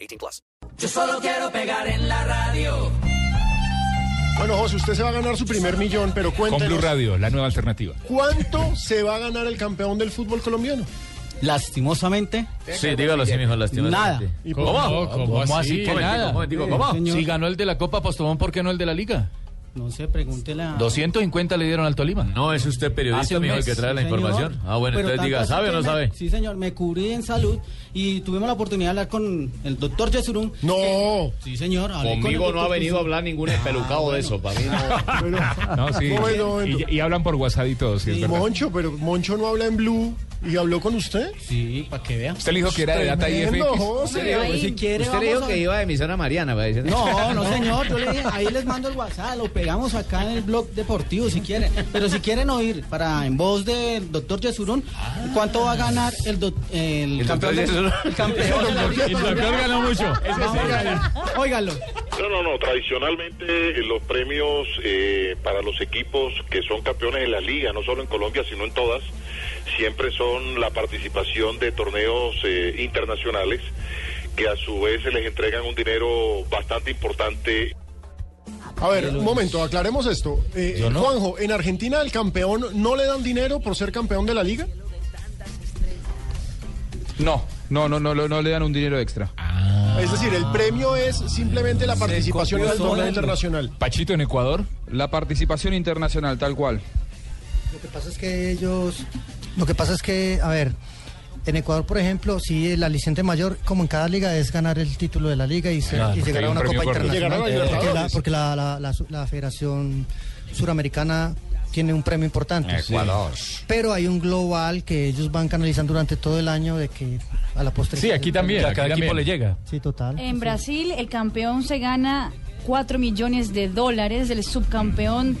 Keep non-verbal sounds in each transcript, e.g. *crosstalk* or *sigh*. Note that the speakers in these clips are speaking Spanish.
18 plus. Yo solo quiero pegar en la radio. Bueno, José, usted se va a ganar su primer millón, pero Con Blue cuéntenos, Radio, la nueva alternativa. ¿cuánto se va a ganar el campeón del fútbol colombiano? Lastimosamente, Sí, dígalo así, mijo, nada. lastimosamente. ¿Y ¿Cómo? No, ¿cómo así? que Momentico, nada? momentico, Sí, ¿cómo? señor. Si ganó el de la Copa Postobón, ¿por qué no el de la Liga? No se pregunte la. Pues, 250 le dieron al Tolima. No es usted Hace periodista, un mijo, el mes, que trae sí, la señor. información. Ah, bueno, Pero entonces diga, tanto así ¿sabe o que no me- sabe? Sí, señor, me cubrí en salud y tuvimos la oportunidad de hablar con el doctor Yesurum. No, Sí, señor. hablé con el doctor Yesurum. ningún espelucado de eso, para mí pero, No, sí. Un momento, un momento. y, y hablan por WhatsApp y todo, sí, es verdad. Moncho, pero Moncho no habla en Blue y habló con usted. Sí, para que vea. Usted le dijo que era de Data IFX. Tremendo, José. Pero si quiere, Usted le vamos dijo a- que iba a emisora Mariana, para decir. No, no, señor. Yo le dije, ahí les mando el WhatsApp, lo pegamos acá en el blog deportivo si quieren. Pero si quieren oír para en voz del doctor Yesurún, Ah. ¿cuánto va a ganar el, doc- el, campeón? de- *laughs* el *laughs* campeón. de la Liga Colombiana? ganó mucho. Vamos a ganar. Óigalo. No, no, no. Tradicionalmente eh, los premios eh, para los equipos que son campeones en la liga, no solo en Colombia, sino en todas, siempre son la participación de torneos eh, internacionales que a su vez se les entregan un dinero bastante importante. A ver, un momento, aclaremos esto. Eh, Juanjo, ¿en Argentina el campeón no le dan dinero por ser campeón de la liga? No, no, no, no, no, no le dan un dinero extra. Es decir, el premio es simplemente la participación en el torneo solo. internacional. Pachito en Ecuador, la participación internacional, tal cual. Lo que pasa es que ellos, lo que pasa es que, a ver, en Ecuador, por ejemplo, sí, el aliciente mayor, como en cada liga, es ganar el título de la liga y, se- Claro, y porque llegar hay a un una premio copa gordo. Llegar a la internacional. Porque, la, Libertadores. porque la- la- la su- la Federación Suramericana tiene un premio importante. Ecuador. Pero hay un global que ellos van canalizando durante todo el año de que a la postre. Sí, aquí también. a cada aquí equipo también. le llega. Sí, total. En Brasil, el campeón se gana 4 millones de dólares, el subcampeón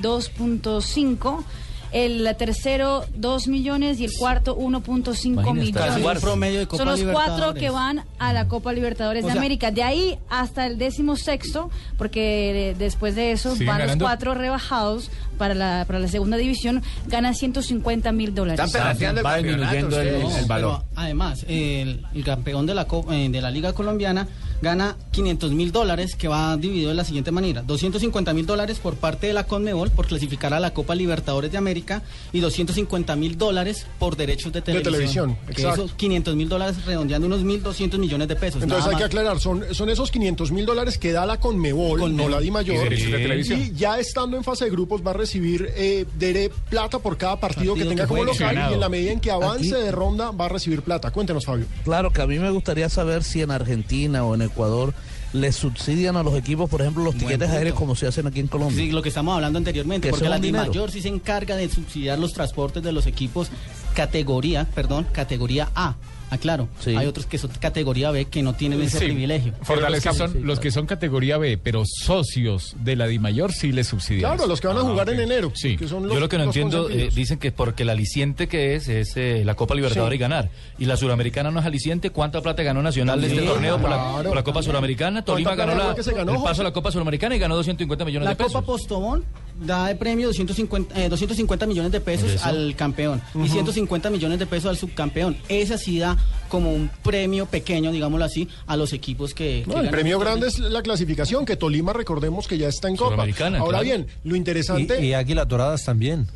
2.5, el tercero 2 millones y el cuarto 1.5 Imagínate, Casi un Cuarto. millones. promedio de Copa Son los cuatro Libertadores. que van a la Copa Libertadores O de sea- América. De ahí hasta el décimo sexto, porque de- después de eso ¿Siguen van ganando? los cuatro rebajados para la, para la segunda división, ganan 150 mil dólares. Están pedateando el Va campeonato. disminuyendo ustedes. el- No, el valor. pero además, el, el campeón de la, co- eh, de la Liga Colombiana gana 500 mil dólares que va dividido de la siguiente manera. 250 mil dólares por parte de la Conmebol por clasificar a la Copa Libertadores de América y 250 mil dólares por derechos de televisión. televisión, Que exacto. esos 500 mil dólares redondeando unos 1.200 millones de pesos. Entonces Pues nada hay que más. aclarar, son, son esos 500 mil dólares que da la Conmebol, no Conmebol. la Di Mayor. Y derechos de televisión. Y ya estando en fase de grupos va a recibir eh, dere- plata por cada partido, Partido que tenga que como juegue. local Ganado. y en la medida en que avance de ronda va a recibir plata. Cuéntenos, Fabio. Claro que a mí me gustaría saber si en Argentina o en Ecuador les subsidian a los equipos, por ejemplo, los Buen tiquetes punto. aéreos como se hacen aquí en Colombia. Sí, lo que estamos hablando anteriormente, Que porque son la dinero. DIMAYOR sí se encarga de subsidiar los transportes de los equipos categoría, perdón, categoría A. Aclaro, Sí. hay otros que son categoría B que no tienen ese Sí. privilegio. Pero los que Fortalezca. son, los que son categoría B, pero socios de la Dimayor sí les subsidian. Claro, los que van a jugar en enero. Sí. que son los- Yo lo que no los entiendo, eh, consentidos. dicen que es porque el aliciente que es es eh, la Copa Libertadores Sí. y ganar. Y la Suramericana no es aliciente. ¿Cuánta plata ganó Nacional de este También, torneo por, la, claro. por la Copa Suramericana? ¿Cuánta Tolima ganó, plata la, fue que se ganó, el paso Jorge? a la Copa Suramericana y ganó 250 millones La de pesos. Copa Postobón da de premio 250, eh, 250 millones de ¿Por pesos eso? al campeón y 150 millones de pesos al subcampeón. Esa sí da como un premio pequeño, digámoslo así, a los equipos que... que No, el ganan. premio grande es la clasificación, que Tolima recordemos que ya está en Copa. Suramericana, Ahora claro. bien, lo interesante, Águilas Doradas también.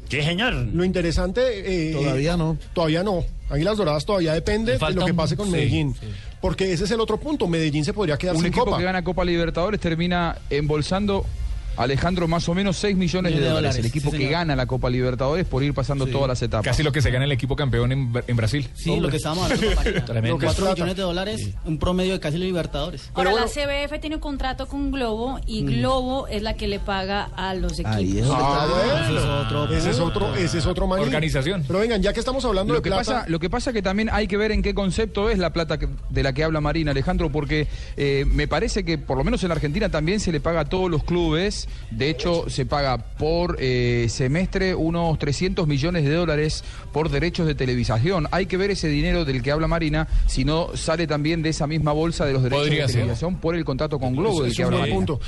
lo interesante eh, Todavía no. Todavía no. Águilas Doradas todavía depende Le de falta lo que un- pase con sí, Medellín. sí. Porque ese es el otro punto. Medellín se podría quedar Un sin equipo Copa. que gana Copa Libertadores termina embolsando Alejandro, más o menos 6 millones de, De dólares, dólares, El equipo sí, que señor. gana la Copa Libertadores por ir pasando todas las etapas. Casi lo que se gana el equipo campeón en, Bra- en Brasil. Sí, lo que estábamos *laughs* hablando con Marina. Tremendo. 4 millones de dólares, un promedio de casi Libertadores. Ahora, la CBF tiene un contrato con Globo y Mm. Globo es la que le paga a los equipos. Ahí es donde Ah, está. bueno. Ese es otro Ese es punto. otro, ese es otro maní. Ah. Organización. Pero vengan, ya que estamos hablando Lo de que, plata, pasa, lo que pasa que también hay que ver en qué concepto es la plata que- de la que habla Marina, Alejandro, porque eh, me parece que por lo menos en la Argentina también se le paga a todos los clubes. De hecho, se paga por eh, semestre unos 300 millones de dólares por derechos de televisación. Hay que ver ese dinero del que habla Marina, si no sale también de esa misma bolsa de los derechos Podría de ser. televisación por el contrato con Globo es- del es que un habla buen Marina. punto.